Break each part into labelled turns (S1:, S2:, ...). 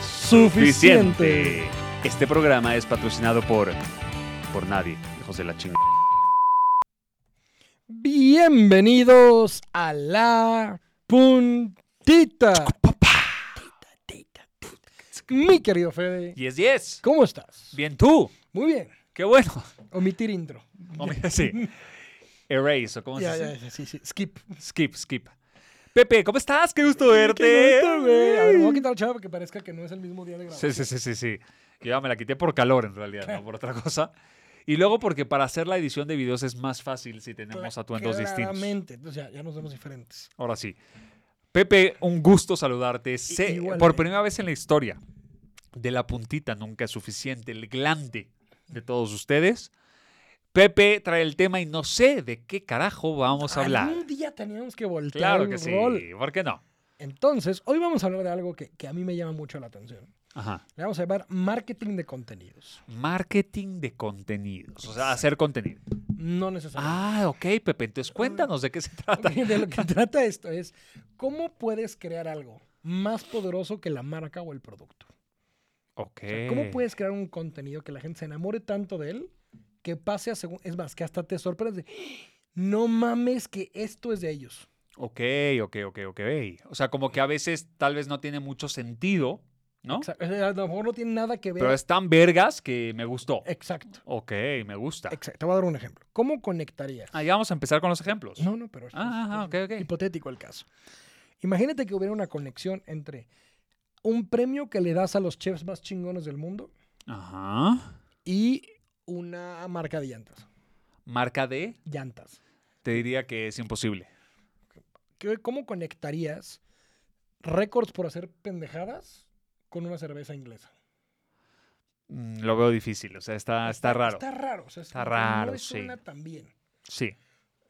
S1: suficiente. Este programa es patrocinado por por nadie, hijos de la chingada.
S2: Bienvenidos a la puntita. Mi querido Fede,
S3: 10 10.
S2: ¿cómo estás?
S3: Bien tú.
S2: Muy bien.
S3: Qué bueno.
S2: Omitir intro.
S3: Oh, mira, sí. Erase, ¿o cómo
S2: Ya,
S3: se
S2: ya,
S3: dice?
S2: ya, sí, sí. Skip.
S3: Skip, skip. Pepe, ¿cómo estás? Qué gusto verte.
S2: Qué bonito, güey. A ver, me voy a quitar el chavo para que parezca que no es el mismo día de grabación.
S3: Sí, sí, sí, sí, sí. Que ya me la quité por calor en realidad, no por otra cosa. Y luego porque para hacer la edición de videos es más fácil si tenemos atuendos distintos.
S2: Claramente. Entonces ya, ya nos vemos diferentes.
S3: Ahora sí. Pepe, un gusto saludarte. Sé-
S2: igualmente.
S3: por primera vez en la historia de la puntita nunca es suficiente, el glande de todos ustedes. Pepe trae el tema y no sé de qué carajo vamos a hablar.
S2: Algún día teníamos que voltear
S3: Claro
S2: el
S3: que sí,
S2: rol.
S3: ¿por qué no?
S2: Entonces, hoy vamos a hablar de algo que, que a mí me llama mucho la atención.
S3: Ajá.
S2: Le vamos a llamar marketing de contenidos.
S3: Marketing de contenidos, o sea, hacer contenido.
S2: No necesariamente.
S3: Ah, ok, Pepe, entonces cuéntanos de qué se trata.
S2: Ok, De lo que trata esto es cómo puedes crear algo más poderoso que la marca o el producto.
S3: Ok.
S2: O sea, ¿Cómo puedes crear un contenido que la gente se enamore tanto de él que pase a segundo? Es más, que hasta te sorprende. No mames que esto es de ellos.
S3: Ok, ok, ok, ok. O sea, como que a veces tal vez no tiene mucho sentido, ¿no?
S2: O sea, a lo mejor no tiene nada que ver.
S3: Pero es tan vergas que me gustó.
S2: Exacto.
S3: Ok, me gusta.
S2: Exacto. Te voy a dar un ejemplo. ¿Cómo conectarías?
S3: Ah, ya vamos a empezar con los ejemplos.
S2: No, no, pero esto
S3: Ah,
S2: es-
S3: ah,
S2: esto es
S3: ok, ok.
S2: hipotético el caso. Imagínate que hubiera una conexión entre un premio que le das a los chefs más chingones del mundo
S3: Ajá.
S2: y una marca de llantas.
S3: Marca de,
S2: Llantas.
S3: te diría que es imposible.
S2: ¿Qué- ¿Cómo conectarías récords por hacer pendejadas con una cerveza inglesa?
S3: Mm, Lo veo difícil, o sea, está, Ah, está raro.
S2: Está raro. o sea, es
S3: Está
S2: como que
S3: raro,
S2: no le
S3: sí.
S2: suena tan bien.
S3: Sí.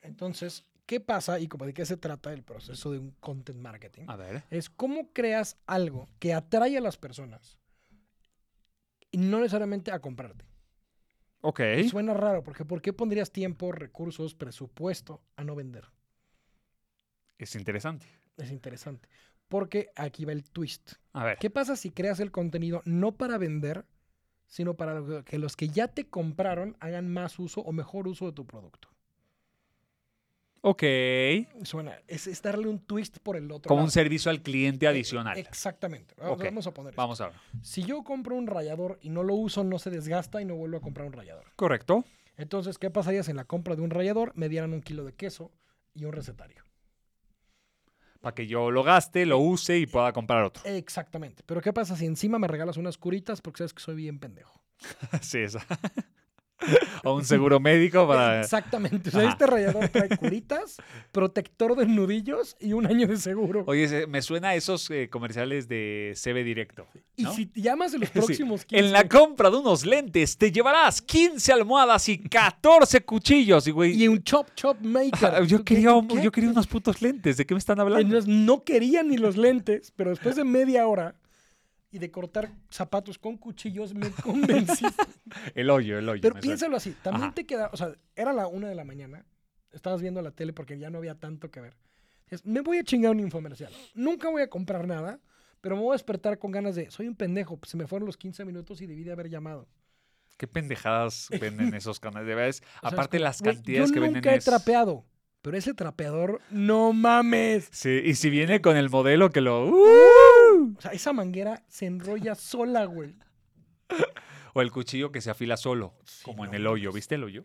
S2: Entonces, ¿qué pasa y como de qué se trata el proceso de un content marketing?
S3: A ver.
S2: es cómo creas algo que atrae a las personas y no necesariamente a comprarte.
S3: Ok.
S2: Suena raro, porque ¿por qué pondrías tiempo, recursos, presupuesto a no vender?
S3: Es interesante.
S2: Es interesante. Porque aquí va el twist.
S3: A ver.
S2: ¿Qué pasa si creas el contenido no para vender, sino para que los que ya te compraron hagan más uso o mejor uso de tu producto?
S3: Ok.
S2: Suena, es, es darle un twist por el otro.
S3: Como un
S2: lado.
S3: servicio al cliente
S2: Eh,
S3: adicional.
S2: Exactamente. Vamos-
S3: Ok.
S2: Vamos a poner esto.
S3: Vamos a ver.
S2: Si yo compro un rallador y no lo uso, no se desgasta y no vuelvo a comprar un rallador.
S3: Correcto.
S2: Entonces, ¿qué pasaría si en la compra de un rallador me dieran un kilo de queso y un recetario?
S3: Para que yo lo gaste, lo use y pueda comprar otro.
S2: Exactamente. Pero ¿qué pasa si encima me regalas unas curitas porque sabes que soy bien pendejo?
S3: Sí, esa. o un seguro médico para.
S2: Exactamente. O sea,
S3: Ajá.
S2: este rallador trae curitas, protector de nudillos y un año de seguro.
S3: Oye, se- me suena a esos eh, comerciales de CB Directo.
S2: y
S3: ¿no?
S2: si te llamas en los
S3: Sí.
S2: próximos 15
S3: En la compra de unos lentes te llevarás 15 almohadas y 14 cuchillos. Y güey,
S2: y un chop chop maker.
S3: yo,
S2: ¿Qué-
S3: quería, un-
S2: qué?
S3: yo quería unos putos lentes. ¿De qué me están hablando?
S2: Entonces, no quería ni los lentes, pero después de media hora y de cortar zapatos con cuchillos me convencí.
S3: El hoyo, el hoyo.
S2: Pero
S3: me suena.
S2: piénsalo así, también
S3: Ajá.
S2: te queda, o sea, era la una de la mañana, estabas viendo la tele porque ya no había tanto que ver. Dices, me voy a chingar un infomercial. Nunca voy a comprar nada, pero me voy a despertar con ganas de, soy un pendejo, se me fueron los 15 minutos y debí de haber llamado.
S3: Qué pendejadas venden esos canales. De verdad, es-
S2: O sea, es
S3: aparte
S2: como,
S3: las
S2: "Güey,
S3: cantidades
S2: yo
S3: que venden.
S2: nunca he
S3: es-
S2: trapeado, pero ese trapeador, no mames.
S3: Sí, y si viene con el modelo que lo.
S2: Uh, O sea, esa manguera se enrolla sola, güey.
S3: O el cuchillo que se afila solo,
S2: Sí,
S3: como en
S2: no
S3: el hoyo.
S2: mames.
S3: ¿Viste el hoyo?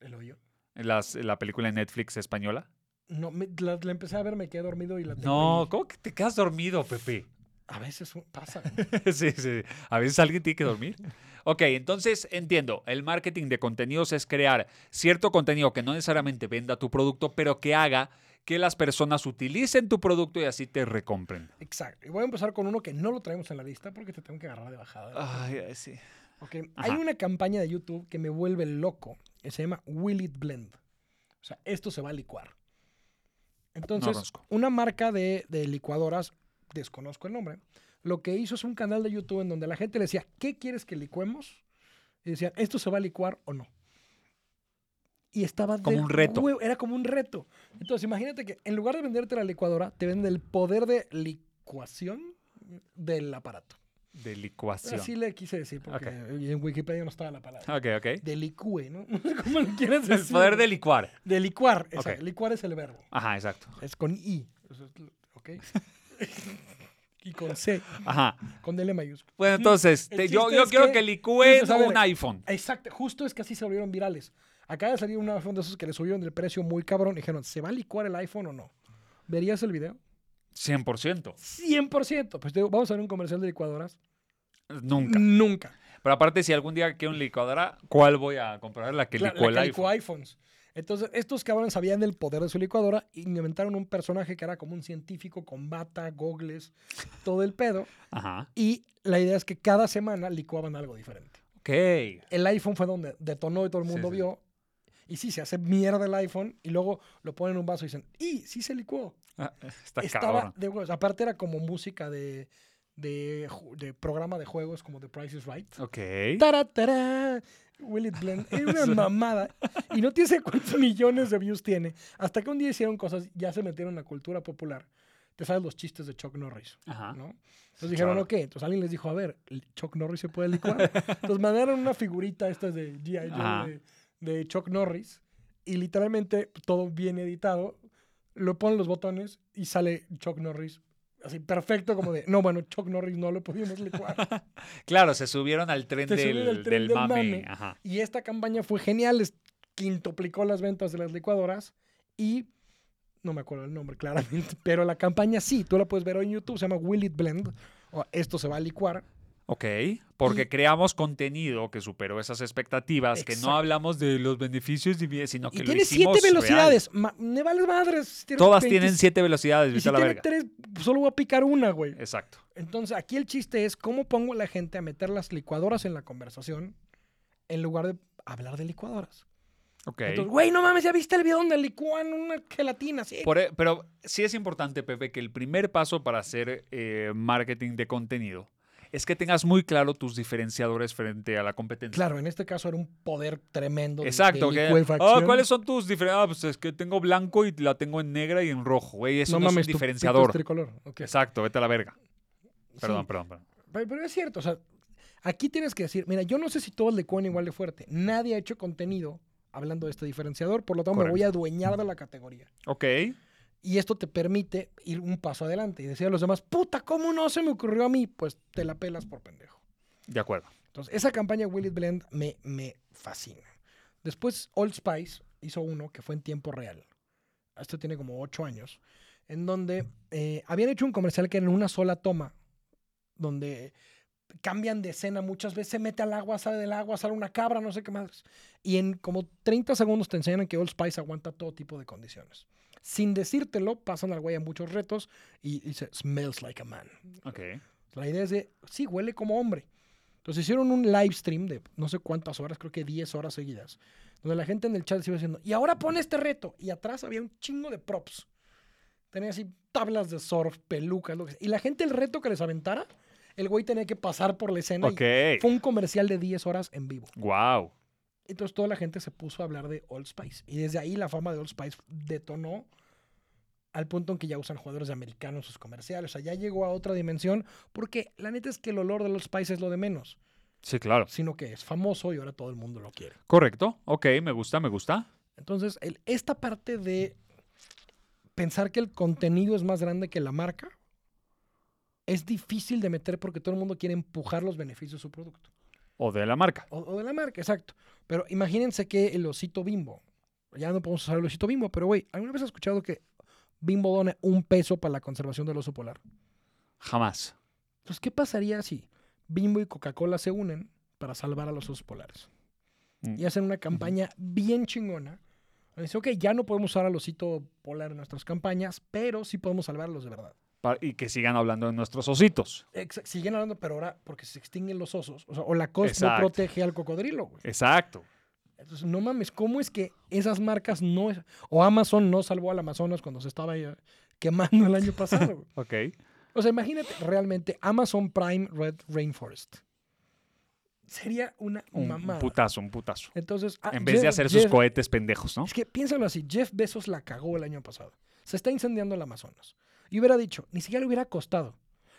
S2: ¿El hoyo?
S3: En las- en la película de Netflix española.
S2: No, me- la, la empecé a ver, me quedé dormido y la tengo
S3: No,
S2: ahí.
S3: ¿cómo que te quedas dormido, Pepe?
S2: A veces un- pasa.
S3: sí, sí. A veces alguien tiene que dormir. Ok, entonces entiendo, el marketing de contenidos es crear cierto contenido que no necesariamente venda tu producto, pero que haga que las personas utilicen tu producto y así te recompren.
S2: Exacto. Y voy a empezar con uno que no lo traemos en la lista porque te tengo que agarrar de bajada.
S3: sí.
S2: Ok, Hay
S3: Ajá.
S2: una campaña de YouTube que me vuelve loco. Que se llama Will It Blend. O sea, esto se va a licuar. Entonces,
S3: conozco.
S2: una marca de, de licuadoras, desconozco el nombre, lo que hizo es un canal de YouTube en donde la gente le decía, ¿qué quieres que licuemos? Y decían, ¿esto se va a licuar o no? Y estaba
S3: Como
S2: del
S3: un reto.
S2: hue- era como un reto. Entonces, imagínate que en lugar de venderte la licuadora, te venden el poder de licuación del aparato.
S3: De licuación.
S2: Así le quise decir, porque en Wikipedia no estaba la palabra.
S3: Ok, ok.
S2: De licue, ¿no? No sé cómo lo quieres
S3: Ah. El
S2: decir.
S3: poder de licuar.
S2: De licuar, exacto.
S3: Ok.
S2: Licuar es el verbo.
S3: Ajá, exacto.
S2: Es con I. Eso es lo- ¿Ok? y con C,
S3: Ajá.
S2: con L mayúscula.
S3: Bueno, entonces,
S2: El
S3: te- yo,
S2: chiste
S3: yo
S2: es
S3: quiero
S2: que
S3: que licúen
S2: dices, a ver,
S3: un iPhone.
S2: Exacto, justo es que así se volvieron virales. Acaba de salir un iPhone de esos que le subieron del precio muy cabrón. y Dijeron, ¿se va a licuar el iPhone o no? ¿Verías el video?
S3: 100%.
S2: 100%. Pues te digo, vamos a ver un comercial de licuadoras.
S3: Nunca.
S2: Nunca.
S3: Pero aparte, si algún día quiero una licuadora, ¿cuál voy a comprar? La que
S2: Cla-
S3: licuó el
S2: la que licuó
S3: iPhone.
S2: iPhones. Entonces, estos cabrones sabían del poder de su licuadora y inventaron un personaje que era como un científico con bata, gogles, todo el pedo.
S3: Ajá.
S2: Y la idea es que cada semana licuaban algo diferente.
S3: Ok.
S2: El iPhone fue donde detonó y todo el
S3: Sí,
S2: mundo
S3: sí.
S2: vio. Y sí, se hace mierda el iPhone y luego lo ponen en un vaso y dicen, ¡y sí se licuó!
S3: Ah, Está
S2: Estaba
S3: cabrón.
S2: de huevos. Aparte era como música de, de, ju- de programa de juegos como The Price is Right.
S3: Ok.
S2: Tará, tará, Will It Blend. Era una mamada. Y no tiene cuántos millones de views tiene. Hasta que un día hicieron cosas, ya se metieron en la cultura popular. Te sabes los chistes de Chuck Norris,
S3: Ajá.
S2: ¿no? Entonces dijeron,
S3: Claro.
S2: ok. Entonces alguien les dijo, a ver, ¿el Chuck Norris se puede licuar. Entonces mandaron una figurita estas de G.I.
S3: Ajá.
S2: Joe de, de Chuck Norris. Y literalmente todo bien editado. Lo ponen los botones y sale Chuck Norris. Así perfecto, como de, no, bueno, Chuck Norris no lo pudimos licuar.
S3: Claro, se subieron al tren,
S2: Se
S3: del,
S2: subieron al tren
S3: del
S2: del
S3: mame.
S2: mame.
S3: Ajá.
S2: Y esta campaña fue genial, es- quintuplicó las ventas de las licuadoras y no me acuerdo el nombre claramente, pero la campaña sí, tú la puedes ver hoy en YouTube, se llama Will It Blend, o esto se va a licuar.
S3: Ok. Porque
S2: Y-
S3: creamos contenido que superó esas expectativas, que
S2: Exacto.
S3: no hablamos de los beneficios, de vida, sino que
S2: Y
S3: lo
S2: tiene siete
S3: hicimos real.
S2: velocidades, ma- me vales madres. tiene
S3: Todas
S2: 20
S3: tienen siete velocidades,
S2: Y
S3: viste
S2: si
S3: a la
S2: tiene
S3: verga.
S2: tres, solo voy a picar una, güey.
S3: Exacto.
S2: Entonces, aquí el chiste es cómo pongo a la gente a meter las licuadoras en la conversación en lugar de hablar de licuadoras.
S3: Ok.
S2: Entonces, güey, no mames, ¿ya viste el video donde licúan una gelatina? Sí,
S3: Por e- pero sí es importante, Pepe, que el primer paso para hacer eh, marketing de contenido es que tengas muy claro tus diferenciadores frente a la competencia.
S2: Claro, en este caso era un poder tremendo. de-
S3: Exacto.
S2: de
S3: que-
S2: licuefacción.
S3: "Ah, ¿Cuáles son tus diferenciadores? pues es que tengo blanco y la tengo en negra y en rojo, güey. Eso no, es un
S2: tu pito
S3: diferenciador.
S2: es tricolor. ok.
S3: Exacto, vete a la verga.
S2: Sí,
S3: Perdón, perdón, perdón.
S2: Pero, pero es cierto, o sea, aquí tienes que decir, mira, yo no sé si todos le cuan igual de fuerte. Nadie ha hecho contenido hablando de este diferenciador, por lo tanto me voy a adueñar de la categoría.
S3: Ok.
S2: Y esto te permite ir un paso adelante y decir a los demás, puta, ¿cómo no se me ocurrió a mí? Pues te la pelas por pendejo.
S3: De acuerdo.
S2: Entonces, esa campaña Will It Blend me, me fascina. Después, Old Spice hizo uno que fue en tiempo real. Esto tiene como ocho años. En donde eh, habían hecho un comercial que era en una sola toma, donde cambian de escena muchas veces, se mete al agua, sale del agua, sale una cabra, no sé qué más. Y en como 30 segundos te enseñan que Old Spice aguanta todo tipo de condiciones. Sin decírtelo, pasan al güey a muchos retos y dice, smells like a man.
S3: Ok.
S2: La idea es de, sí, huele como hombre. Entonces hicieron un live stream de no sé cuántas horas, creo que 10 horas seguidas, donde la gente en el chat se iba diciendo, y ahora pone este reto. Y atrás había un chingo de props. Tenía así tablas de surf, pelucas, lo que sea. Y la gente, el reto que les aventara, el güey tenía que pasar por la escena. y
S3: Ok.
S2: fue un comercial de 10 horas en vivo.
S3: Wow.
S2: Entonces toda la gente se puso a hablar de Old Spice. Y desde ahí la fama de Old Spice detonó al punto en que ya usan jugadores de americanos en sus comerciales. O sea, ya llegó a otra dimensión porque la neta es que el olor de Old Spice es lo de menos,
S3: Sí, claro.
S2: sino que es famoso y ahora todo el mundo lo quiere.
S3: Correcto. Ok, me gusta, me gusta.
S2: Entonces, el- esta parte de pensar que el contenido es más grande que la marca es difícil de meter porque todo el mundo quiere empujar los beneficios de su producto.
S3: O de la marca.
S2: O, o de la marca, exacto. Pero imagínense que el osito bimbo. Ya no podemos usar el osito bimbo, pero güey, ¿alguna vez has escuchado que bimbo dona un peso para la conservación del oso polar?
S3: Jamás.
S2: Entonces, Pues, ¿qué pasaría si Bimbo y Coca-Cola se unen para salvar a los osos polares?
S3: Mm.
S2: Y hacen una campaña bien chingona. Dice, ok, ya no podemos usar al osito polar en nuestras campañas, pero sí podemos salvarlos de verdad.
S3: Pa- y que sigan hablando de nuestros ositos.
S2: Exa- siguen hablando, pero ahora porque se extinguen los osos. O sea, o la COS no
S3: Exacto.
S2: protege al cocodrilo, güey.
S3: Exacto.
S2: Entonces, no mames, ¿cómo es que esas marcas no... es- O Amazon no salvó al Amazonas cuando se estaba eh, quemando el año pasado, güey?
S3: Ok.
S2: O sea, imagínate realmente Amazon Prime Red Rainforest. Sería una
S3: Un, un
S2: mamada.
S3: putazo, un putazo.
S2: Entonces, ah,
S3: En vez de
S2: Jeff-
S3: hacer sus
S2: Jeff-
S3: cohetes pendejos, ¿no?
S2: Es que piénsalo así, Jeff Bezos la cagó el año pasado. Se está incendiando el Amazonas. Y hubiera dicho, ni siquiera le hubiera costado.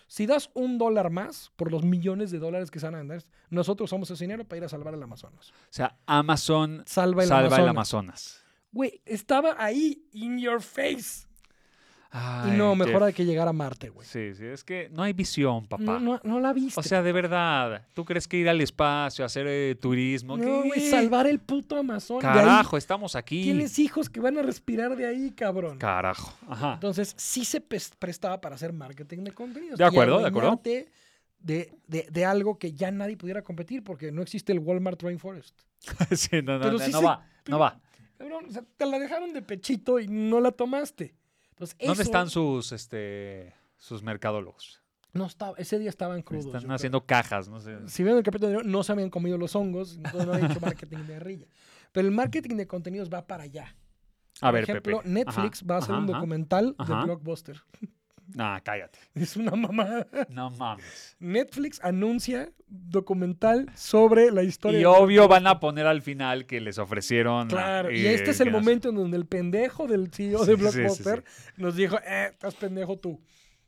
S2: Si das un dólar más por los millones de dólares que se van a vender, nosotros usamos ese dinero para ir a salvar el Amazonas.
S3: O sea, Amazon
S2: Salva el
S3: salva el
S2: Amazonas.
S3: Amazonas.
S2: Güey, estaba ahí, in your face.
S3: Ay,
S2: y no,
S3: Jeff.
S2: mejor hay que llegar a Marte, güey.
S3: Sí, sí, es que no hay visión, papá.
S2: No, no, no la viste.
S3: O sea, de verdad, ¿tú crees que ir al espacio, hacer eh, turismo?
S2: no,
S3: ¿Qué?
S2: güey, salvar el puto Amazonas. De ahí
S3: Carajo, estamos aquí.
S2: Tienes hijos que van a respirar de ahí, cabrón.
S3: Carajo. Ajá.
S2: Entonces, sí se pes- prestaba para hacer marketing de contenidos.
S3: De
S2: y
S3: acuerdo, de acuerdo.
S2: adueñarte De, de- de algo que ya nadie pudiera competir porque no existe el Walmart Rainforest.
S3: Sí, no, no,
S2: Pero
S3: no,
S2: sí
S3: no
S2: se-
S3: va, no va.
S2: Cabrón, o sea, te la dejaron de pechito y no la tomaste. Entonces,
S3: ¿Dónde
S2: eso
S3: están sus, este, sus mercadólogos?
S2: No estaba, ese día estaban crudos. yo
S3: Están
S2: creo.
S3: haciendo cajas, no sé.
S2: Si ven el capítulo anterior, no se habían comido los hongos, entonces no habían hecho marketing de guerrilla. Pero el marketing de contenidos va para allá.
S3: A ver,
S2: Por ejemplo,
S3: Pepe.
S2: Netflix
S3: Ajá,
S2: va a hacer
S3: ajá,
S2: un
S3: ajá.
S2: documental
S3: Ajá.
S2: de Blockbuster.
S3: Nah, cállate.
S2: Es una mamada.
S3: No mames.
S2: Netflix anuncia documental sobre la historia.
S3: Y
S2: de-
S3: obvio van a poner al final que les ofrecieron.
S2: Claro, y
S3: eh,
S2: este es el
S3: que no sé.
S2: momento en donde el pendejo del CEO de
S3: Sí, sí, sí,
S2: Blockbuster nos dijo, eh, estás pendejo tú.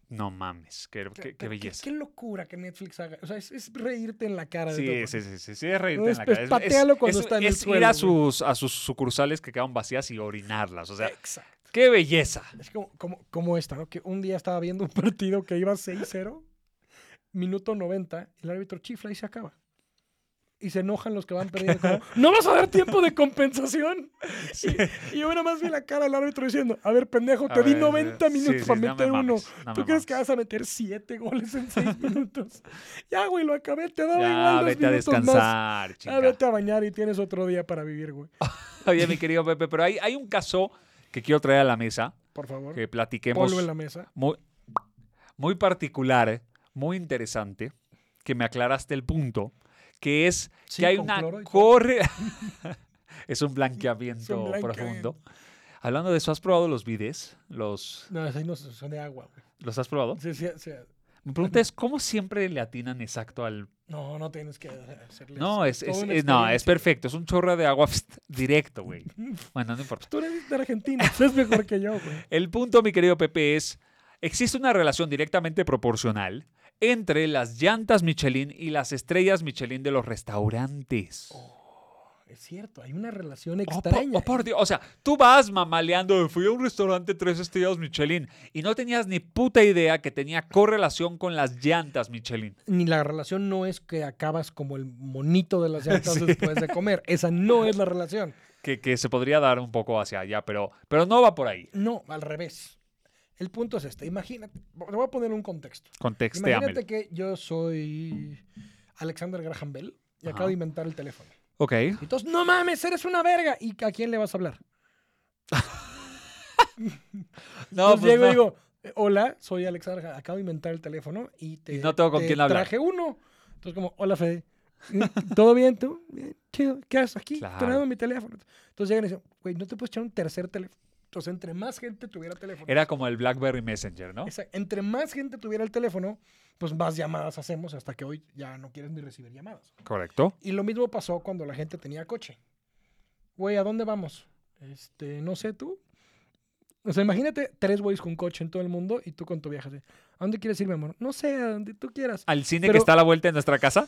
S3: No mames, qué, qué- qué
S2: Pero
S3: belleza.
S2: Qué, locura que Netflix haga. O sea, es, es reírte en la cara de
S3: Sí,
S2: todo.
S3: sí, sí, sí, sí, es reírte
S2: No,
S3: en
S2: es-
S3: la
S2: pues,
S3: cara. Es-
S2: patealo
S3: es-
S2: cuando
S3: es-
S2: está en el
S3: es ir
S2: suelo,
S3: a
S2: güey.
S3: sus, a sus sucursales que quedan vacías y orinarlas. O sea,
S2: Exacto.
S3: qué belleza.
S2: Es como, como, como esta, ¿no? Que un día estaba viendo un partido que iba 6-0, minuto 90, el árbitro chifla y se acaba. Y se enojan los que van perdiendo. como, ¡No vas a dar tiempo de compensación! Y, y yo nada más vi la cara del árbitro diciendo, a ver, pendejo,
S3: A
S2: te di
S3: ver,
S2: 90
S3: sí,
S2: minutos
S3: sí,
S2: para
S3: no me
S2: meter uno.
S3: mames, no
S2: ¿Tú
S3: me
S2: crees que
S3: mames.
S2: vas a meter 7 goles en 6 minutos? ya, güey, lo acabé, te daba igual
S3: Ya,
S2: dos
S3: vete a
S2: minutos más.
S3: descansar,
S2: Ya,
S3: chinga.
S2: vete a bañar y tienes otro día para vivir, güey.
S3: Oye, mi querido Pepe, pero hay, hay un caso que quiero traer a la mesa,
S2: Por favor,
S3: que platiquemos.
S2: polvo en la mesa.
S3: Muy, muy particular, eh, muy interesante, que me aclaraste el punto, que es
S2: Sí,
S3: que hay
S2: con
S3: una
S2: cloro y todo.
S3: corre... es un blanqueamiento,
S2: Es un blanqueamiento.
S3: profundo. Hablando de eso, ¿has probado los vides? ¿Los,
S2: No, ahí no son de agua, güey.
S3: ¿Los has probado?
S2: Sí, sí, sí.
S3: Mi pregunta es, ¿cómo siempre le atinan exacto al...?
S2: No, no tienes que hacerle
S3: No, es,
S2: eso.
S3: es-
S2: Toda una
S3: es- no, es
S2: experiencia.
S3: perfecto. Es un chorro de agua directo, güey. Bueno, no importa.
S2: Tú eres de Argentina, es mejor que yo, güey.
S3: El punto, mi querido Pepe, es, existe una relación directamente proporcional entre las llantas Michelin y las estrellas Michelin de los restaurantes.
S2: Es cierto, hay una relación
S3: Oh, po-
S2: extraña.
S3: oh, por Dios. O sea, tú vas mamaleando, fui a un restaurante tres estrellas Michelin y no tenías ni puta idea que tenía correlación con las llantas Michelin.
S2: Ni la relación no es que acabas como el monito de las llantas después de comer. Esa no es la relación.
S3: Que, que se podría dar un poco hacia allá, pero, pero no va por ahí.
S2: No, al revés. El punto es este. Imagínate, te voy a poner un contexto.
S3: Contextéamelo.
S2: Imagínate que yo soy Alexander Graham Bell y
S3: Ajá.
S2: acabo de inventar el teléfono.
S3: Ok.
S2: Y todos, no mames, eres una verga. ¿Y a quién le vas a hablar?
S3: No,
S2: Entonces
S3: pues
S2: llego y
S3: no.
S2: digo, eh, hola, soy Alexandra, acabo de inventar el teléfono y te,
S3: Y no tengo con
S2: te
S3: quién hablar.
S2: traje uno. Entonces como, hola Fede, "Mm, ¿todo bien tú? Bien, chido, ¿qué haces aquí?
S3: Claro.
S2: Tronando mi teléfono. Entonces llegan y dicen, güey, ¿no te puedes echar un tercer teléfono? Entonces entre más gente tuviera teléfono,
S3: Era como el BlackBerry Messenger, ¿no?
S2: Esa- entre más gente tuviera el teléfono, pues más llamadas hacemos hasta que hoy ya no quieres ni recibir llamadas.
S3: Correcto.
S2: Y lo mismo pasó cuando la gente tenía coche. Güey, ¿a dónde vamos? Este, no sé tú. O sea, imagínate tres güeyes con coche en todo el mundo y tú con tu viaje. así, ¿A dónde quieres ir, mi amor? No sé, a donde tú quieras.
S3: Al cine que
S2: Pero-
S3: está a la vuelta de nuestra casa.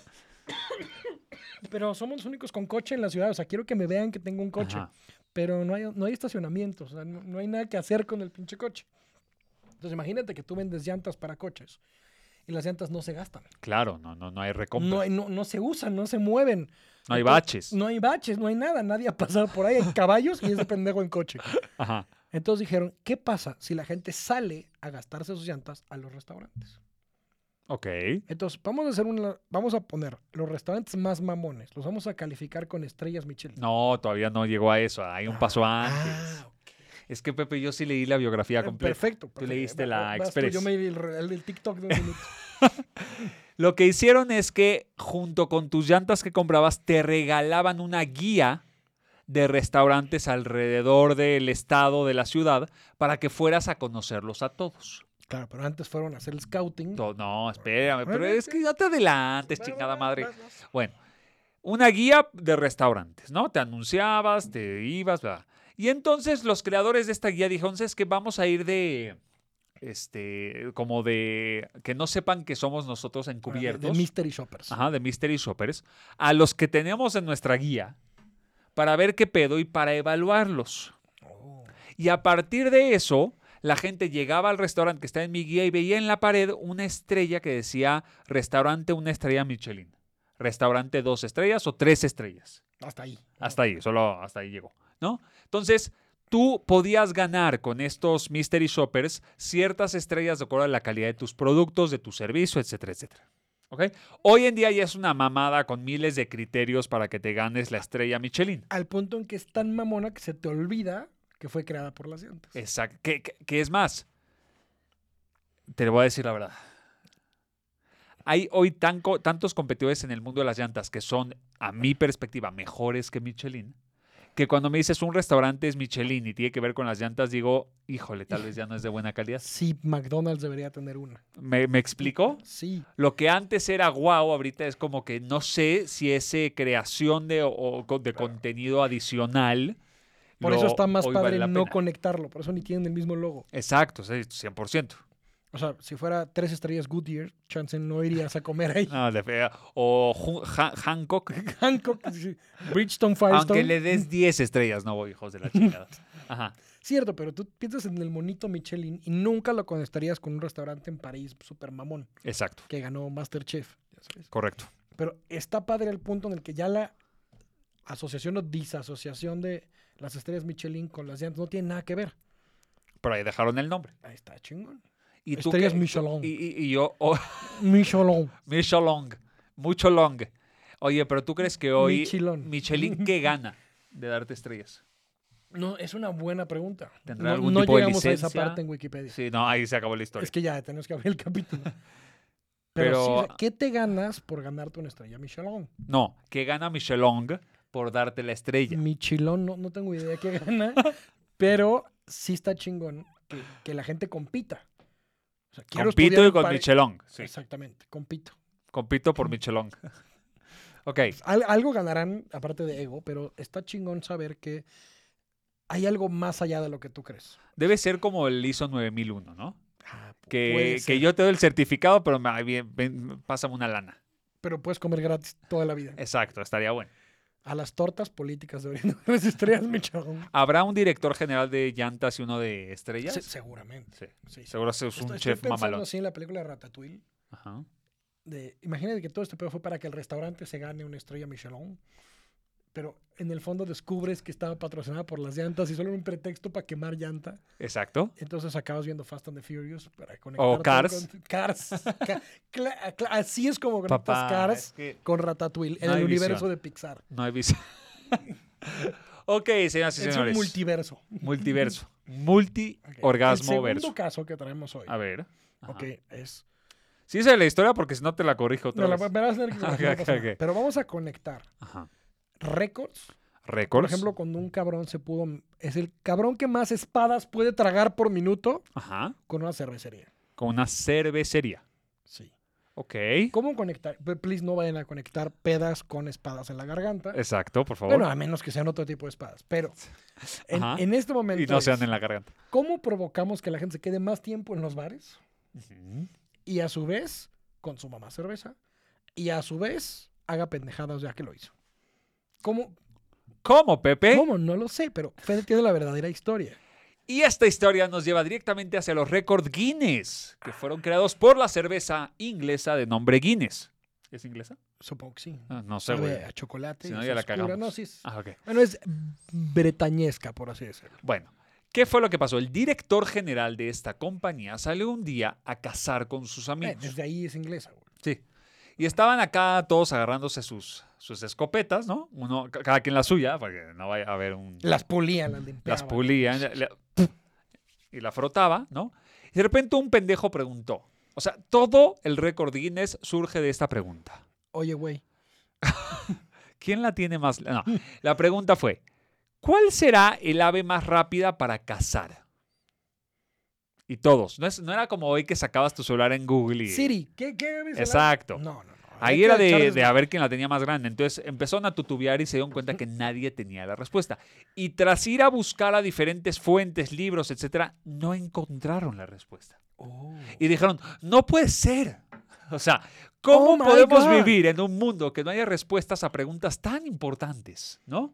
S2: Pero somos los únicos con coche en la ciudad. O sea, quiero que me vean que tengo un coche.
S3: Ajá.
S2: Pero no hay, no hay estacionamiento. O sea, no, no hay nada que hacer con el pinche coche. Entonces, imagínate que tú vendes llantas para coches y las llantas no se gastan.
S3: Claro, no, no, no hay recompra.
S2: No, hay- no, no se usan, no se mueven.
S3: No hay
S2: Entonces,
S3: baches.
S2: No hay baches, no hay nada. Nadie ha pasado por ahí. Hay caballos y ese pendejo en coche.
S3: Ajá.
S2: Entonces dijeron, ¿qué pasa si la gente sale a gastarse sus llantas a los restaurantes?
S3: Ok.
S2: Entonces, vamos a hacer una, vamos a poner los restaurantes más mamones, los vamos a calificar con estrellas Michelin.
S3: No, todavía no llegó a eso. Hay un paso antes. Ah, Es que Pepe, yo sí leí la biografía
S2: Eh,
S3: completa.
S2: Perfecto. perfecto.
S3: leíste
S2: Va-
S3: la
S2: vas tú,
S3: Express.
S2: Yo me di el, re- el del TikTok de un minuto.
S3: Lo que hicieron es que junto con tus llantas que comprabas te regalaban una guía de restaurantes alrededor del estado, de la ciudad, para que fueras a conocerlos a todos.
S2: claro, pero antes fueron a hacer el scouting.
S3: To- No, espérame, pero
S2: Bueno,
S3: es que ya te adelantes,
S2: Va, va,
S3: este chingada
S2: va,
S3: madre.
S2: vas, vas.
S3: Bueno, una guía de restaurantes, ¿no? Te anunciabas, te ibas, bla. bla. Y entonces los creadores de esta guía dijeron, es que vamos a ir de, este, como de, que no sepan que somos nosotros
S2: Ahora, de-
S3: encubiertos.
S2: De Mystery Shoppers.
S3: Ajá, de Mystery Shoppers, a los que tenemos en nuestra guía para ver qué pedo y para evaluarlos.
S2: Oh.
S3: Y a partir de eso, la gente llegaba al restaurante que está en mi guía y veía en la pared una estrella que decía restaurante una estrella Michelin, restaurante dos estrellas o tres estrellas.
S2: Hasta ahí.
S3: Hasta ahí, solo hasta ahí llegó, ¿no? Entonces, tú podías ganar con estos Mystery Shoppers ciertas estrellas de acuerdo a la calidad de tus productos, de tu servicio, etcétera, etcétera. ¿Ok? Hoy en día ya es una mamada con miles de criterios para que te ganes la estrella Michelin.
S2: Al punto en que es tan mamona que se te olvida que fue creada por las llantas.
S3: Exacto. ¿Qué, qué- qué es más? Te voy a decir la verdad. Hay hoy tan co- tantos competidores en el mundo de las llantas que son, a mi perspectiva, mejores que Michelin, que cuando me dices un restaurante es Michelin y tiene que ver con las llantas, digo, híjole, tal vez ya no es de buena calidad.
S2: Sí, McDonald's debería tener una.
S3: ¿Me, me explico?
S2: Sí.
S3: Lo que antes era guau, ahorita es como que no sé si ese creación de, o- o de contenido adicional.
S2: Por eso
S3: lo-
S2: está más
S3: hoy vale
S2: padre
S3: la
S2: no
S3: pena.
S2: conectarlo. Por eso ni tienen el mismo logo.
S3: Exacto, sí, 100%.
S2: O sea, si fuera tres estrellas Goodyear, chance no irías a comer ahí.
S3: No, de fea. O Ju- Han- Hancock.
S2: Hancock, sí, Bridgestone Firestone.
S3: Aunque le des 10 estrellas, no voy, hijos de la chingada. Ajá.
S2: Cierto, pero tú piensas en el monito Michelin y nunca lo conectarías con un restaurante en París super mamón
S3: Exacto.
S2: que ganó Masterchef. ya sabes.
S3: Correcto.
S2: Pero está padre el punto en el que ya la asociación o disasociación de las estrellas Michelin con las llantas no tiene nada que ver.
S3: Pero ahí dejaron el nombre.
S2: Ahí está chingón.
S3: ¿Y tú
S2: Estrellas
S3: qué-
S2: Michelin.
S3: Y, y- y yo, oh,
S2: Michelin.
S3: Michelin. Mucho long. Oye, pero tú crees que hoy.
S2: Michelin.
S3: Michelin, ¿qué gana de darte estrellas?
S2: No, es una buena pregunta.
S3: ¿Tendrá
S2: no
S3: algún
S2: no
S3: tipo de
S2: llegamos a esa
S3: licencia?
S2: parte en Wikipedia.
S3: Sí, no, ahí se acabó la historia.
S2: es que ya tenemos que abrir el capítulo. Pero,
S3: Pero-
S2: sí, o sea, ¿qué te ganas por ganarte una estrella Michelin?
S3: No, ¿qué gana Michelin por darte la estrella?
S2: Mm, Michelin, no, no tengo idea qué gana, pero sí está chingón que, que la gente compita. O sea, quiero
S3: Compito
S2: estudiar
S3: y
S2: en
S3: con
S2: Pari-
S3: Michelin. Sí,
S2: Exactamente, compito.
S3: compito por Michelin. Ok.
S2: Al- algo ganarán, aparte de ego, pero está chingón saber que hay algo más allá de lo que tú crees.
S3: Debe ser como el ISO 9001, ¿no?
S2: Puede
S3: Ah, Que, que
S2: ser,
S3: yo te doy el certificado, pero me- ay, bien, ven, pásame una lana.
S2: Pero puedes comer gratis toda la vida.
S3: Exacto, estaría bueno.
S2: A las tortas políticas de Oriente las estrellas Michelin.
S3: ¿Habrá un director general de llantas y uno de estrellas?
S2: Se- seguramente.
S3: Sí.
S2: Sí, sí.
S3: Seguro es un
S2: Estoy- estoy
S3: chef
S2: pensando
S3: mamalón.
S2: así en la película Ratatouille.
S3: Ajá.
S2: de- imagínate que todo este pedo fue para que el restaurante se gane una estrella Michelin, pero en el fondo descubres que estaba patrocinada por las llantas y solo era un pretexto para quemar llanta.
S3: Exacto.
S2: Entonces acabas viendo Fast and the Furious para conectar.
S3: Cars.
S2: Cars. Ca- cla- cla- así es como conectas
S3: Papá, es
S2: Cars
S3: que
S2: con Ratatouille en
S3: No hay
S2: el universo
S3: visión.
S2: de Pixar.
S3: no he visto. ok, señoras y
S2: es un
S3: señores.
S2: multiverso.
S3: Multiverso.
S2: Ok.
S3: Multi-orgasmo
S2: El
S3: verso.
S2: segundo caso que traemos hoy.
S3: A ver. Ajá.
S2: ok, es.
S3: Sí, esa es la historia porque si no te la corrijo otra
S2: No, la
S3: vez.
S2: verás en el
S3: Ok,
S2: que- no pasa
S3: ok,
S2: nada.
S3: ok.
S2: Pero vamos a conectar
S3: Ajá.
S2: récords
S3: Récords.
S2: Por ejemplo, cuando un cabrón se pudo. Es el cabrón que más espadas puede tragar por minuto
S3: Ajá.
S2: con una cervecería.
S3: Con una cervecería.
S2: Sí.
S3: Ok.
S2: ¿Cómo conectar? Pe- Please no vayan a conectar pedas con espadas en la garganta.
S3: Exacto, por favor.
S2: Bueno, a menos que sean otro tipo de espadas. Pero en,
S3: Ajá.
S2: en este momento.
S3: y no sean
S2: es,
S3: en la garganta.
S2: ¿Cómo provocamos que la gente se quede más tiempo en los bares
S3: Ujú.
S2: y a su vez consuma más cerveza y a su vez haga pendejadas ya que lo hizo? ¿Cómo?
S3: ¿Cómo, Pepe?
S2: ¿Cómo? No lo sé, pero Fede tiene la verdadera historia.
S3: Y esta historia nos lleva directamente hacia los récords Guinness, que fueron creados por la cerveza inglesa de nombre Guinness. ¿Es inglesa?
S2: Supongo que sí.
S3: Ah, no sé,
S2: Sabe
S3: güey.
S2: a chocolate.
S3: Si no,
S2: es
S3: ya la
S2: oscura.
S3: cagamos.
S2: No, sí es-
S3: Ah, ok.
S2: Bueno, es bretañesca, por así decirlo.
S3: Bueno, ¿Qué fue lo que pasó? El director general de esta compañía salió un día a cazar con sus
S2: Eh,
S3: amigos.
S2: desde ahí es inglesa, güey.
S3: Sí. Y estaban acá todos agarrándose sus, sus escopetas, ¿no? Uno, ca- cada quien la suya, para que no vaya a haber un...
S2: Las pulían, las limpiaban.
S3: las pulían la- la- y la frotaba, ¿no? Y de repente un pendejo preguntó. O sea, todo el récord Guinness surge de esta pregunta.
S2: Oye, güey,
S3: ¿Quién la tiene más? No, la pregunta fue, ¿cuál será el ave más rápida para cazar? Y todos. No, es- no era como hoy que sacabas tu celular en Google. y-
S2: Siri, ¿qué, qué aves eran?
S3: Exacto.
S2: No, no, no.
S3: Ahí
S2: Hay
S3: era
S2: que
S3: de,
S2: echarles-
S3: de a ver quién la tenía más grande. Entonces empezaron a tutubiar y se dieron cuenta que nadie tenía la respuesta. Y tras ir a buscar a diferentes fuentes, libros, etcétera, no encontraron la respuesta.
S2: Oh.
S3: Y dijeron, no puede ser. O sea, ¿cómo
S2: Oh my
S3: podemos
S2: God.
S3: vivir en un mundo que no haya respuestas a preguntas tan importantes, no?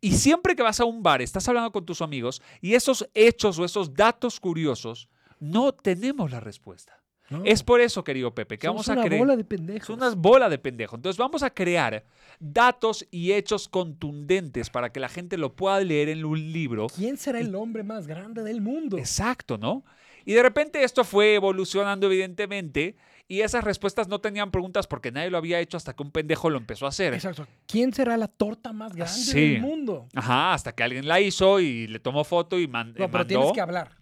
S3: Y siempre que vas a un bar, estás hablando con tus amigos y esos hechos o esos datos curiosos, no tenemos la respuesta.
S2: No.
S3: Es por eso, querido Pepe, que
S2: Somos
S3: vamos a
S2: una
S3: creer.
S2: bola de pendejos.
S3: Es unas bolas de pendejo. Entonces vamos a crear datos y hechos contundentes para que la gente lo pueda leer en un libro.
S2: ¿Quién será el hombre más grande del mundo?
S3: Exacto, ¿no? Y de repente esto fue evolucionando evidentemente y esas respuestas no tenían preguntas porque nadie lo había hecho hasta que un pendejo lo empezó a hacer.
S2: Exacto. ¿Quién será la torta más grande
S3: Ah, Sí.
S2: del mundo?
S3: Ajá, hasta que alguien la hizo y le tomó foto y man- eh,
S2: No,
S3: mandó.
S2: pero tienes que hablar.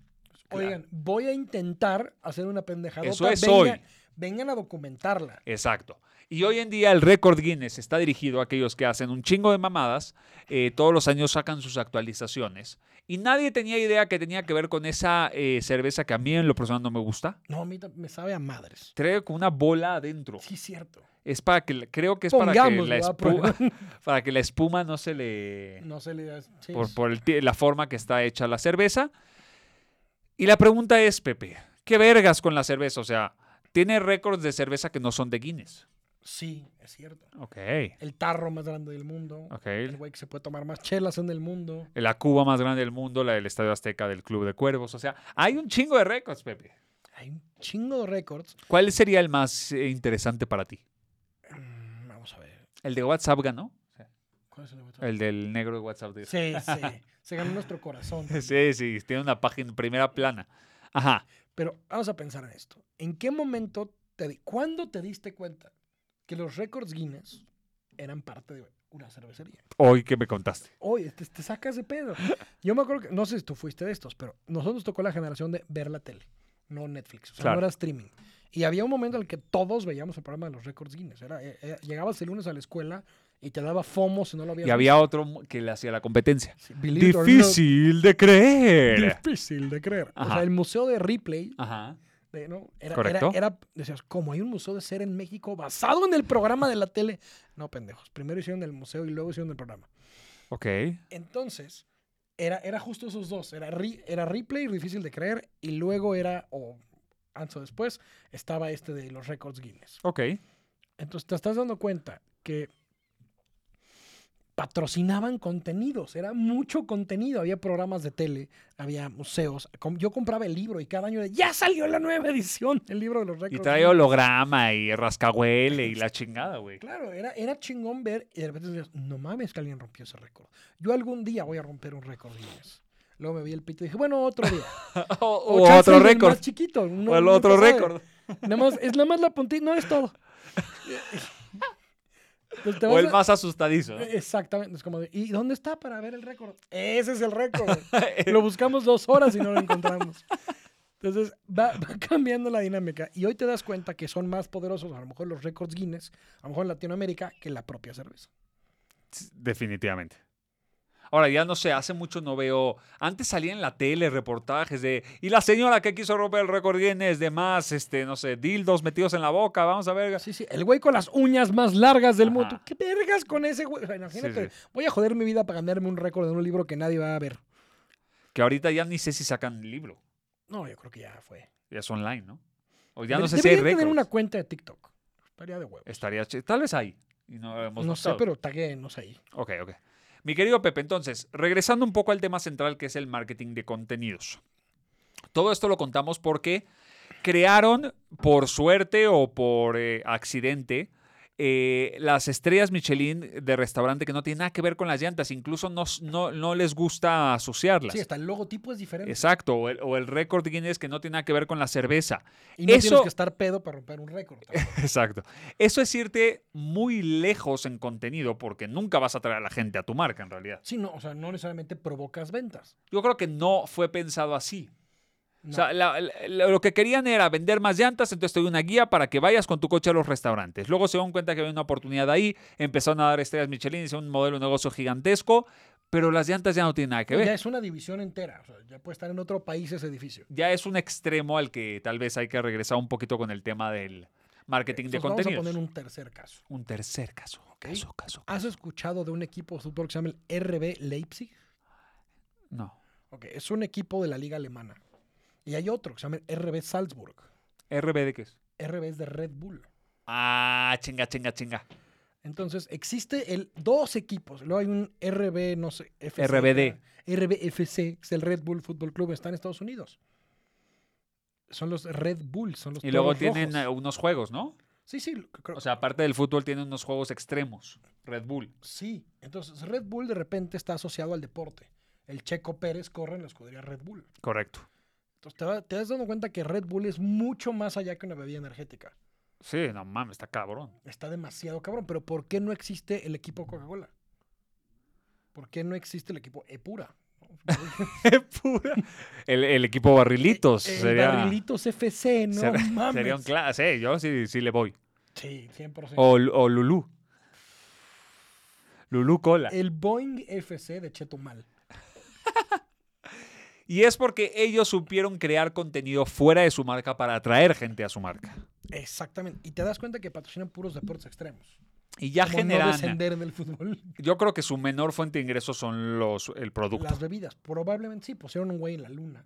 S3: Claro.
S2: Oigan, voy a intentar hacer una pendejadota.
S3: Eso es
S2: vengan,
S3: hoy.
S2: Vengan a documentarla.
S3: Exacto. Y hoy en día el récord Guinness está dirigido a aquellos que hacen un chingo de mamadas, eh, todos los años sacan sus actualizaciones. Y nadie tenía idea que tenía que ver con esa eh, cerveza que a mí en lo personal no me gusta.
S2: No, a mí ta- me sabe a madres.
S3: Trae con una bola adentro.
S2: Sí, cierto.
S3: Es para que, la- creo que es para que,
S2: Pongámoslo ah,
S3: la
S2: a
S3: espuma,
S2: prueba.
S3: para que la espuma no se le...
S2: No se le da. sí.
S3: por, por el ti- la forma que está hecha la cerveza. Y la pregunta es, Pepe, ¿qué vergas con la cerveza? O sea, tiene récords de cerveza que no son de Guinness.
S2: Sí, es cierto.
S3: Ok,
S2: El tarro más grande del mundo.
S3: ok.
S2: El güey que se puede tomar más chelas en el mundo.
S3: la Cuba más grande del mundo, la del Estadio Azteca, del Club de Cuervos. O sea, hay un chingo de récords, Pepe.
S2: Hay un chingo de récords.
S3: ¿Cuál sería el más eh, interesante para ti?
S2: Mm, Vamos a ver.
S3: ¿El de WhatsApp ganó?
S2: ¿Cuál es el otro?
S3: El del negro de WhatsApp. de-
S2: Sí, sí. Se ganó nuestro corazón.
S3: Sí, sí, tiene una página en primera plana. Ajá.
S2: Pero vamos a pensar en esto. ¿En qué momento te di, cuándo te diste cuenta que los récords Guinness eran parte de una cervecería?
S3: Hoy que me contaste.
S2: Oye, te, te sacas de pedo. Yo me acuerdo que, no sé si tú fuiste de estos, pero nosotros nos tocó la generación de ver la tele, no Netflix, o sea,
S3: Claro.
S2: no era streaming. Y había un momento en el que todos veíamos el programa de los récords Guinness. Era, eh, eh, llegabas el lunes a la escuela y te daba FOMO si no lo habías
S3: Y había otro mu- que le hacía la competencia.
S2: visto. Sí, believe it or not,
S3: Difícil de creer.
S2: Difícil de creer. O
S3: Ajá.
S2: sea, el museo de Ripley
S3: Ajá.
S2: de- ¿no? Era,
S3: Correcto.
S2: Era, era- decías, como hay un museo de ser en México basado en el programa de la tele. No, pendejos. Primero hicieron el museo y luego hicieron el programa.
S3: Ok.
S2: Entonces, era, era justo esos dos. Era, Ri- era replay, difícil de creer, y luego era, o antes o después, estaba este de los récords Guinness.
S3: Ok.
S2: Entonces, te estás dando cuenta que patrocinaban contenidos, era mucho contenido, había programas de tele, había museos, Com- yo compraba el libro y cada año era, ya salió la nueva edición del libro de los
S3: Y
S2: récords.
S3: trae
S2: Guinness".
S3: holograma y rascahuele y la chingada, güey.
S2: Claro, era, era chingón ver y de repente decías, no mames que alguien rompió ese récord. Yo algún día voy a romper un récord Guinness. Luego me vi el pito y dije, bueno, otro día.
S3: O,
S2: O
S3: o
S2: chance
S3: otro
S2: el del
S3: récord.
S2: Más chiquito. uno
S3: O el
S2: nunca
S3: otro
S2: sabe.
S3: récord.
S2: Nada más, es nada más la puntita, no es todo. Entonces te
S3: O
S2: vas
S3: el
S2: a-
S3: más asustadizo. ¿no?
S2: Exactamente, es como, de, ¿y dónde está para ver el récord? Ese es el récord. lo buscamos dos horas y no lo encontramos. Entonces va, va cambiando la dinámica y hoy te das cuenta que son más poderosos a lo mejor los récords Guinness, a lo mejor en Latinoamérica, que la propia cerveza.
S3: Definitivamente. Ahora, ya no sé, hace mucho no veo. Antes salía en la tele reportajes de. Y la señora que quiso romper el récord Guinness de más, este, no sé, dildos metidos en la boca, vamos a ver.
S2: Sí, sí, el güey con las uñas más largas del mundo.
S3: Ajá.
S2: ¿Qué vergas con ese güey? O sea, imagínate, voy a joder mi vida para ganarme un récord en un libro que nadie va a ver.
S3: Que ahorita ya ni sé si sacan el libro.
S2: No, yo creo que ya fue.
S3: Ya es online, ¿no? O ya no
S2: Debe-
S3: sé si hay
S2: deberían tener una
S3: récords.
S2: cuenta de TikTok. Estaría de huevo.
S3: Estaría ch- Tal vez hay. Y no lo hemos
S2: No sé,
S3: notado.
S2: pero taguéenos ahí.
S3: Ok, ok. Mi querido Pepe, entonces, regresando un poco al tema central que es el marketing de contenidos. Todo esto lo contamos porque crearon, por suerte o por eh, accidente, eh, las estrellas Michelin de restaurante que no tiene nada que ver con las llantas, incluso no, s- no, no les gusta asociarlas.
S2: Sí, hasta el logotipo es diferente.
S3: Exacto, o el, o el récord Guinness que no tiene nada que ver con la cerveza.
S2: y no tienes
S3: eso-
S2: que estar pedo para romper un récord.
S3: Exacto. Eso es irte muy lejos en contenido porque nunca vas a traer a la gente a tu marca en realidad.
S2: sí, no, o sea, no necesariamente provocas ventas.
S3: Yo creo que no fue pensado así.
S2: No.
S3: O sea, la- la- lo que querían era vender más llantas, entonces te doy una guía para que vayas con tu coche a los restaurantes. Luego se dieron cuenta que había una oportunidad ahí, empezaron a dar estrellas Michelin, hicieron un modelo de negocio gigantesco, pero las llantas ya no tienen nada que ver.
S2: ya es una división entera. O sea, ya puede estar en otro país ese edificio.
S3: ya es un extremo al que tal vez hay que regresar un poquito con el tema del marketing de
S2: Entonces, vamos a
S3: contenidos.
S2: poner
S3: un...
S2: un tercer caso.
S3: tercer caso, caso, caso.
S2: ¿Has escuchado de un equipo de fútbol que se llama el RB Leipzig?
S3: No.
S2: Ok, es un equipo de la liga alemana. Y hay otro que se llama el RB Salzburg.
S3: ¿RB de qué es?
S2: RB es de Red Bull.
S3: Ah, chinga, chinga, chinga.
S2: Pues Entonces, existe el dos equipos. Luego hay un RB, no sé, FC,
S3: RBD.
S2: RBFC, que es el Red Bull Fútbol Club, está en Estados Unidos. Son los Red Bull, son los
S3: Y luego
S2: toros
S3: tienen eh,
S2: rojos.
S3: unos juegos, ¿no?
S2: Sí, sí, lo- creo-
S3: O sea, aparte del fútbol, tienen unos juegos extremos. Red Bull.
S2: sí. Entonces, Red Bull de repente está asociado al deporte. El Checo Pérez corre en la escudería Red Bull.
S3: Correcto.
S2: Entonces, te, va- te das dando cuenta que Red Bull es mucho más allá que una bebida energética.
S3: Sí, no mames, está cabrón.
S2: Está demasiado cabrón. Pero ¿por qué no existe el equipo Coca-Cola? ¿Por qué no existe el equipo Epura?
S3: Pura. El, el equipo barrilitos.
S2: El
S3: sería,
S2: Eh, Barrilitos FC, no
S3: ser-
S2: mames.
S3: sería un clase. yo sí, sí le voy.
S2: Sí, 100%.
S3: O, o Lulú. Lulú Cola.
S2: El Boeing FC de Chetumal.
S3: Y es porque ellos supieron crear contenido fuera de su marca para atraer gente a su marca.
S2: Exactamente. Y te das cuenta que patrocinan puros deportes extremos.
S3: Y ya
S2: Como no
S3: generan.
S2: descender del fútbol.
S3: yo creo que su menor fuente de ingresos son los el producto.
S2: Las bebidas. Probablemente sí, pusieron un güey en la luna.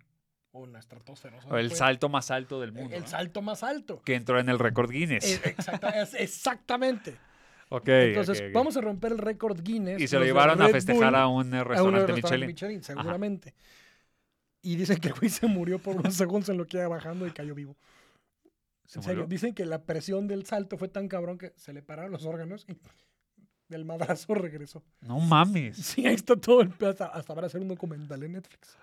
S2: O en la estratosfera. o sea,
S3: O el
S2: fue
S3: salto más alto del mundo.
S2: El
S3: ¿no?
S2: salto más alto.
S3: Que entró en el récord
S2: Eh,
S3: Guinness.
S2: exacta- es- exactamente.
S3: ok.
S2: Entonces,
S3: ok, ok.
S2: vamos a romper el récord Guinness.
S3: Y se lo
S2: los de
S3: llevaron a
S2: Red
S3: festejar
S2: Bull,
S3: a un eh,
S2: a uno de los
S3: restaurante
S2: restaurantes
S3: Michelin.
S2: seguramente. Y dicen que el güey se murió por unos segundos en lo que iba bajando y cayó vivo.
S3: ¿Se
S2: En serio,
S3: murió?
S2: dicen que la presión del salto fue tan cabrón que se le pararon los órganos y del madrazo regresó.
S3: No mames.
S2: Sí, ahí está todo el pedo. Hasta, hasta van a hacer un documental en Netflix.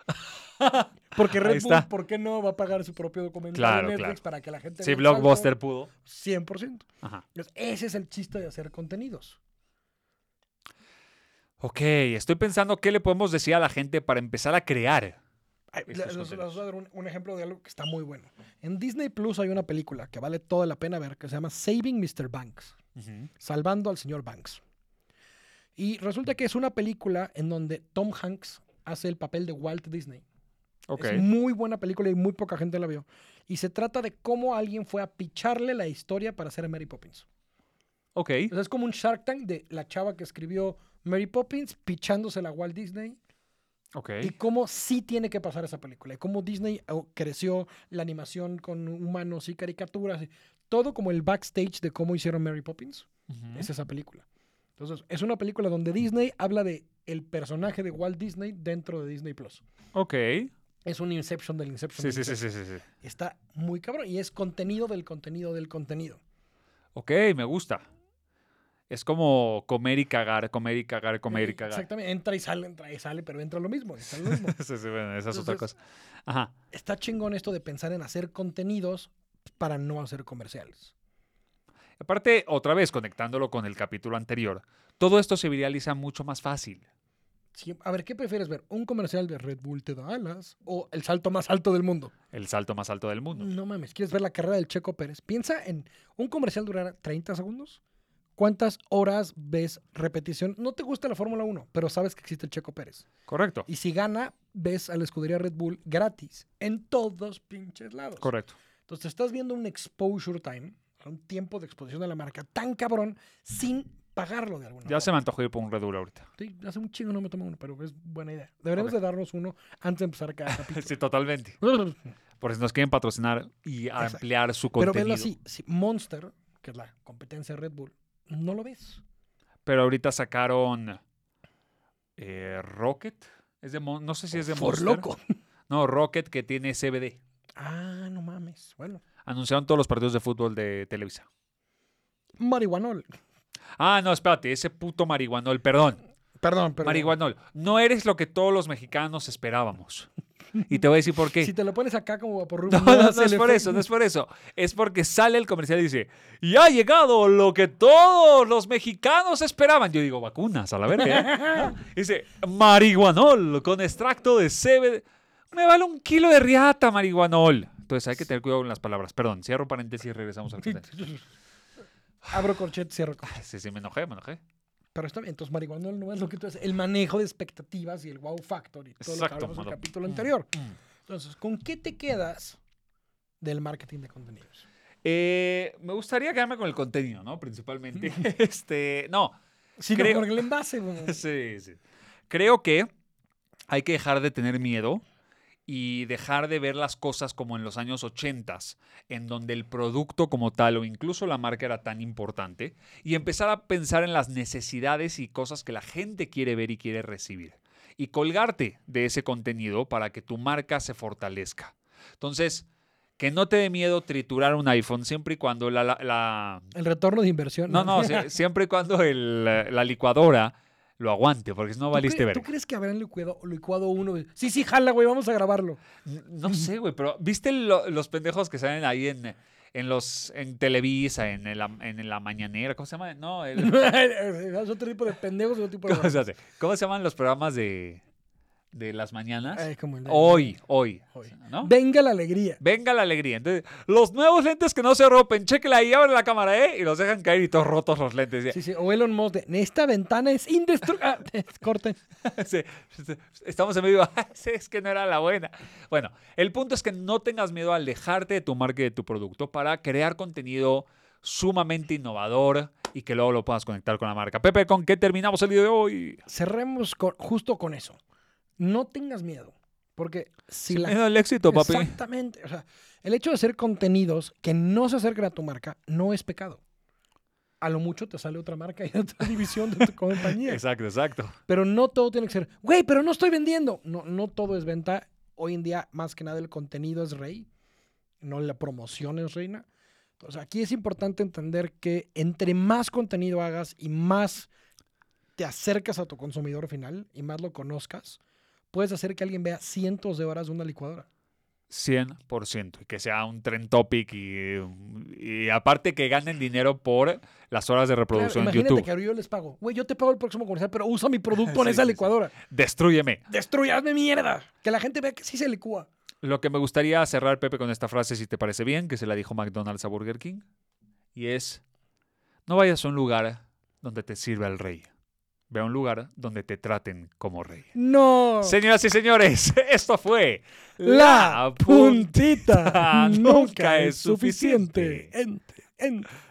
S2: Porque Red
S3: Ahí
S2: Bull,
S3: está.
S2: ¿por qué no va a pagar su propio documental
S3: Claro,
S2: en Netflix
S3: claro.
S2: para que la gente
S3: Sí,
S2: vea el salto?
S3: Blockbuster pudo.
S2: 100%.
S3: Ajá.
S2: Entonces, ese es el chiste de hacer contenidos.
S3: Ok, estoy pensando qué le podemos decir a la gente para empezar a crear.
S2: Ay,
S3: Esos
S2: le- les- les
S3: contenidos.
S2: voy a dar un, un ejemplo de algo que está muy bueno. En Disney Plus hay una película que vale toda la pena ver que se llama Saving Mr. Banks. Salvando al señor Banks. Y resulta que es una película en donde Tom Hanks hace el papel de Walt Disney.
S3: Ok.
S2: Es muy buena película y muy poca gente la vio. Y se trata de cómo alguien fue a picharle la historia para hacer a Mary Poppins.
S3: Ok.
S2: O sea, es como un Shark Tank de la chava que escribió Mary Poppins pichándosela a Walt Disney
S3: Ok.
S2: y cómo sí tiene que pasar esa película. Y cómo Disney oh, creció la animación con humanos y caricaturas. y todo como el backstage de cómo hicieron Mary Poppins
S3: Ujú.
S2: es esa película. Entonces, es una película donde Disney habla de el personaje de Walt Disney dentro de Disney Plus.
S3: Ok.
S2: Es un Inception del Inception.
S3: Sí, sí,
S2: del
S3: sí,
S2: Inception.
S3: sí, sí, sí.
S2: Está muy cabrón y es contenido del contenido del contenido.
S3: Ok, me gusta. Es como comer y cagar, comer y cagar, comer y
S2: Eh,
S3: cagar.
S2: Exactamente, entra y sale, entra y sale, pero entra lo mismo, y sale lo mismo.
S3: Sí, sí, bueno, esa es otra
S2: Entonces-
S3: cosa. Ajá.
S2: Está chingón esto de pensar en hacer contenidos para no hacer comerciales.
S3: Aparte, otra vez, conectándolo con el capítulo anterior, todo esto se viraliza mucho más fácil.
S2: Sí, a ver, ¿qué prefieres ver? ¿Un comercial de Red Bull te da alas o el salto más alto del mundo?
S3: El salto más alto del mundo.
S2: No mames, ¿quieres ver la carrera del Checo Pérez? Piensa en un comercial durar 30 segundos. ¿Cuántas horas ves repetición? No te gusta la Fórmula 1, pero sabes que existe el Checo Pérez.
S3: Correcto.
S2: Y si gana, ves a la escudería Red Bull gratis en todos pinches lados.
S3: Correcto.
S2: Entonces estás viendo un exposure time, un tiempo de exposición de la marca tan cabrón sin pagarlo de alguna
S3: Ya se me antojó ir por un Red Bull ahorita.
S2: Sí, hace un chingo no me tomo uno, pero es buena idea. Deberíamos
S3: Ok.
S2: de darnos uno antes de empezar cada capítulo.
S3: Sí, totalmente. Por si nos quieren patrocinar y
S2: Exacto.
S3: ampliar su
S2: Pero
S3: contenido.
S2: verlo así, si Monster, que es la competencia de Red Bull, no lo ves.
S3: Pero ahorita sacaron eh, Rocket. Es de Mon- no sé si es de
S2: Por
S3: Monster.
S2: loco.
S3: No, Rocket que tiene CBD.
S2: Ah, no mames. Bueno,
S3: Anunciaron todos los partidos de fútbol de Televisa.
S2: marihuanol.
S3: Ah, no, espérate, ese puto marihuanol, perdón.
S2: Perdón, pero.
S3: Marihuanol, no eres lo que todos los mexicanos esperábamos. Y te voy a decir por qué.
S2: Si te lo pones acá como por
S3: No, no, no es por
S2: pues.
S3: eso, no es por eso. Es porque sale el comercial y dice, y ha llegado lo que todos los mexicanos esperaban. Yo digo, vacunas, a la verga. ¿eh? No. Dice, marihuanol con extracto de CBD. Me vale un kilo de riata, marihuanol. Entonces hay que tener cuidado con las palabras. Perdón, cierro paréntesis y regresamos al contenido.
S2: Abro corchet, cierro corchet.
S3: Sí, sí, me enojé, me enojé.
S2: Pero está bien, entonces marihuanol no es lo que tú haces. El manejo de expectativas y el wow factor y todo lo que
S3: Exacto,
S2: hablamos en el
S3: mano. Mm,
S2: capítulo anterior. Entonces, ¿con qué te quedas del marketing de contenidos?
S3: Eh, me gustaría quedarme con el contenido, ¿no? Principalmente. este, no,
S2: Sí,
S3: Creo-
S2: porque el envase. bueno,
S3: Sí, sí. Creo que hay que dejar de tener miedo y dejar de ver las cosas como en los años 80, en donde el producto como tal o incluso la marca era tan importante, y empezar a pensar en las necesidades y cosas que la gente quiere ver y quiere recibir, y colgarte de ese contenido para que tu marca se fortalezca. Entonces, que no te dé miedo triturar un iPhone siempre y cuando la- la- la,
S2: El retorno de inversión.
S3: no, no, sie- siempre y cuando el, eh, la licuadora lo aguante, porque si no
S2: ¿Tú
S3: valiste
S2: cre-
S3: ver.
S2: ¿Tú crees que habrán licuado, licuado uno? güey? Sí, sí, jala, güey, vamos a grabarlo.
S3: No sé, güey, pero ¿viste lo- los pendejos que salen ahí en, en los en Televisa, en, el am- en la mañanera? ¿Cómo se llama? No, el-
S2: es otro tipo de pendejos, otro tipo de.
S3: ¿cómo, se hace? ¿Cómo se llaman los programas de, de las mañanas?
S2: Ay, como el de-
S3: hoy, hoy,
S2: Hoy.
S3: ¿no?
S2: Venga la alegría.
S3: Venga la alegría. Entonces, los nuevos lentes que no se rompen, chequela ahí, abre la cámara, ¿eh? Y los dejan caer y todos rotos los lentes.
S2: Sí, sí, o Elon Musk. de, Esta ventana es indestructible. Ah, corten.
S3: Sí, Estamos en vivo. Ah, Sí, es que no era la buena. Bueno, el punto es que no tengas miedo al dejarte de tu marca y de tu producto para crear contenido sumamente innovador y que luego lo puedas conectar con la marca. Pepe, ¿con qué terminamos el video de hoy?
S2: Cerremos con- justo con eso. No tengas miedo. Porque si la.
S3: Miedo al éxito, papi.
S2: Exactamente. O sea, el hecho de hacer contenidos que no se acercan a tu marca no es pecado. A lo mucho te sale otra marca y otra división de tu compañía.
S3: Exacto, exacto.
S2: Pero no todo tiene que ser, güey, pero no estoy vendiendo. No, no todo es venta. Hoy en día, más que nada, el contenido es rey, no la promoción es reina. Entonces, aquí es importante entender que entre más contenido hagas y más te acercas a tu consumidor final y más lo conozcas, puedes hacer que alguien vea cientos de horas de una licuadora.
S3: 100%. Y que sea un trend topic y, y aparte que ganen dinero por las horas de
S2: Claro,
S3: reproducción en
S2: imagínate
S3: YouTube.
S2: que ahora yo les pago. Güey, yo te pago el próximo comercial, pero usa mi producto en
S3: Sí,
S2: esa
S3: sí, sí.
S2: licuadora.
S3: Destrúyeme.
S2: Destruyasme mierda. Que la gente vea que sí se licúa.
S3: Lo que me gustaría cerrar, Pepe, con esta frase, si te parece bien, que se la dijo McDonald's a Burger King, y es, no vayas a un lugar donde te sirva el rey. Ve a un lugar donde te traten como rey.
S2: No.
S3: Señoras y señores, esto fue
S2: Oh. La puntita
S3: nunca
S2: nunca
S3: es
S2: es suficiente. Ente, ente.